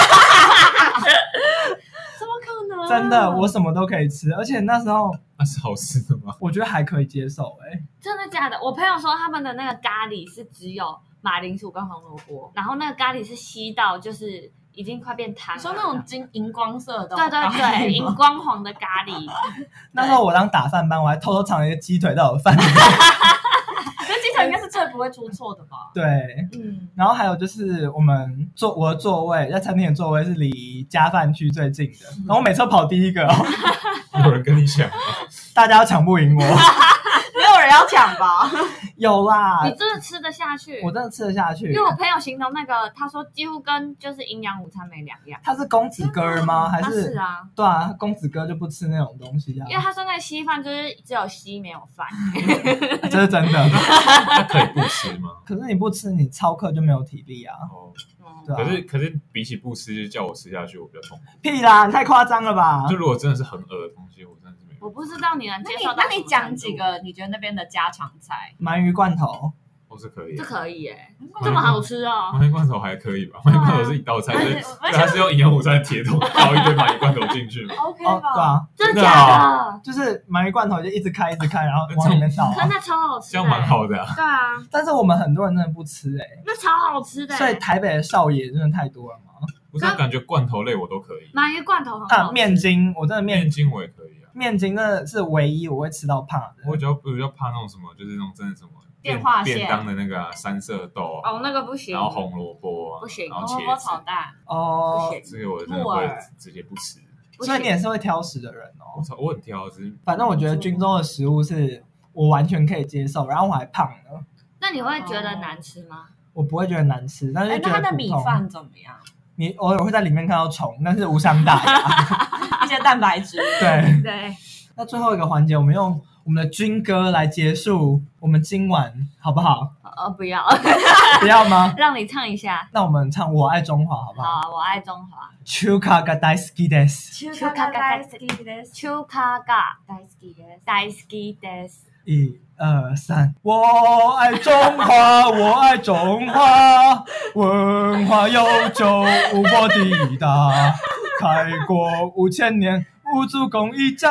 S5: 可
S1: 哦
S5: 能？
S3: 真的，我什么都可以吃，而且那时候
S4: 那是好吃的吗？
S3: 我觉得还可以接受、欸，
S1: 真的假的？我朋友说他们的那个咖喱是只有马铃薯跟红萝卜，然后那个咖喱是稀到就是已经快变汤
S5: 你
S1: 了。
S5: 说那种金荧光色的，
S1: 对对
S5: (laughs)
S1: 对，荧光黄的咖喱，
S3: 那时候我当打饭班，我还偷偷藏了一个鸡腿在我的饭里，
S5: 那机场应该是最不会出错的吧？
S3: 对。
S1: 嗯，
S3: 然后还有就是我们座我的座位在餐厅的座位是离加饭区最近的，
S1: 嗯
S3: 然后我每次都跑第一个、哦，
S1: (laughs)
S4: 有人跟你抢吗？
S5: (laughs)
S3: 大家都抢不赢
S5: (laughs)
S3: 我。(laughs)
S5: 没有人要抢吧？
S3: 有啦，
S1: 你真的吃得下去？
S3: 我真的吃得下去
S1: 因为。我朋友形容那个，他说几乎跟就是营养午餐没两样。
S3: 他是公子哥儿吗？还
S1: 他
S3: 是
S1: 是啊，
S3: 对啊，公子哥就不吃那种东西啊
S1: 因，为他说那个稀饭就是只有稀没有饭，
S3: (laughs) 这是真的。
S4: 那可以不吃吗？
S3: 可是你不吃，你操课就没有体力啊，
S4: 哦，
S1: 嗯
S3: 对啊
S4: 可是可是比起不吃，叫我吃下去我比较痛苦。
S3: 屁啦，你太夸张了吧
S4: 就？如果真的是很恶的东西，我真的是没有。
S1: 我不知道你能
S5: 那
S1: 接
S5: 你
S1: 受到
S5: 那
S1: 什
S5: 你
S1: 么
S5: 讲
S1: 程度
S5: 几，个你觉得那边的家常菜？
S3: 鳗鱼罐头，
S4: 我是可以
S1: 这
S4: 的。
S1: 可以耶，
S5: 嗯
S4: 关
S1: 这么好吃哦，
S4: 鳗鱼罐头还可以吧？鳗鱼罐头是一道菜，
S5: 啊而
S4: 所
S5: 且
S4: 以
S5: 而
S4: 所以
S5: 且
S4: 它是用营养午餐的铁桶倒一堆鳗鱼罐头进去嘛。
S5: OK
S3: 哦，对
S5: 吧？
S3: 啊，
S1: 真的
S4: 真的
S1: 假
S4: 啊
S1: 的？
S3: 就是鳗鱼罐头就一直开一直开，然后往里面倒、
S1: 可是
S3: 啊。
S1: 那超好吃，
S4: 这样蛮。好的啊。
S1: 对啊，
S3: 但是我们很多人真的不吃哎、
S1: 那超好吃的欸。
S3: 所以台北的少爷真的太多了嘛。
S4: 不是我感觉罐头类我都可以，
S1: 鳗鱼罐头很好
S3: 啊，
S1: 吃
S3: 面筋，我真的面
S4: 面筋我也可以啊。
S3: 面筋真的是唯一我会吃到胖
S4: 我
S3: 的。
S4: 比较我比较怕那种什么，就是那种真的什么
S5: 电话线
S4: 便当的那个啊三色豆啊，
S1: 哦，那个不行，
S4: 然后红萝卜啊，
S5: 不行，
S4: 然后
S5: 红
S4: 茄
S5: 萝卜炒
S4: 子，
S5: 蛋
S3: 哦
S5: 不，行，
S4: 这个我真的
S5: 木
S4: 会
S5: 耳
S4: 直接不吃。
S5: 不
S3: 所以你
S5: 行。
S3: 也是会挑食的人哦
S4: 我。操，我很挑，只是
S3: 反正我觉得军中的食物是我完全可以接受，然后我还胖呢，
S1: 那你会觉得难吃吗？
S3: 我不会觉得难吃，但
S5: 哎
S3: 是，觉
S5: 那它
S3: 得
S5: 的
S3: 普
S5: 米
S3: 通。
S5: 饭怎么样？
S3: 你偶尔会在里面看到虫，但是无伤大雅。
S5: 一些蛋白质。
S3: 对，
S1: 对，
S3: 那最后一个环节，我们用我们的军歌来结束我们今晚，好不好？
S1: 呃，不 (laughs) 要，
S3: 不要吗？ (laughs)
S1: 让你唱一下。
S3: 那我们唱《我爱中华》好不好
S1: 好，啊我爱中华。
S3: ？Chuka ga daisuki des，
S5: 秋
S1: 香が大好
S5: きです。
S1: 秋卡嘎
S5: 大好きです。
S1: 大好きです。
S3: 一二三，我爱中华，我爱中华，文化悠久，无波地大，开国五千年，五祖共一家，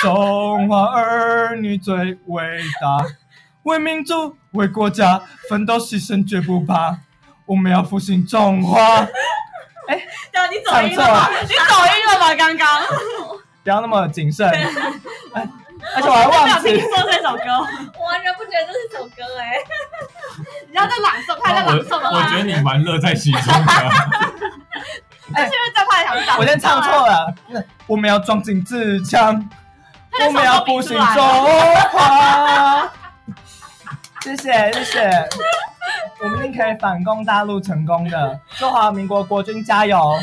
S3: 中华儿女最伟大，为民族，为国家，奋斗牺牲绝不怕，我们要复兴中华。
S5: (laughs) 对，啊你走音了吧？你走音了吧？刚刚，
S3: 不要那么谨慎。哎而且我还忘
S5: 没有
S3: 记
S5: 听，过这首歌。
S1: 我完全不觉得这是首歌哎、
S5: 你要在朗诵，他在
S4: 我
S5: 朗诵吗？
S4: (laughs) 我觉得你蛮乐在其中
S5: (laughs)
S4: 的。
S5: (laughs)
S4: 啊
S5: 是因为在他想
S3: 我今天唱错了。我们要装进自强，我们要复兴中华。谢谢谢谢，我们一定可以反攻大陆成功的。中华民国国军加油！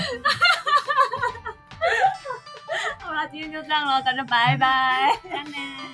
S1: 好了，今天就这样了，大家拜拜，再见。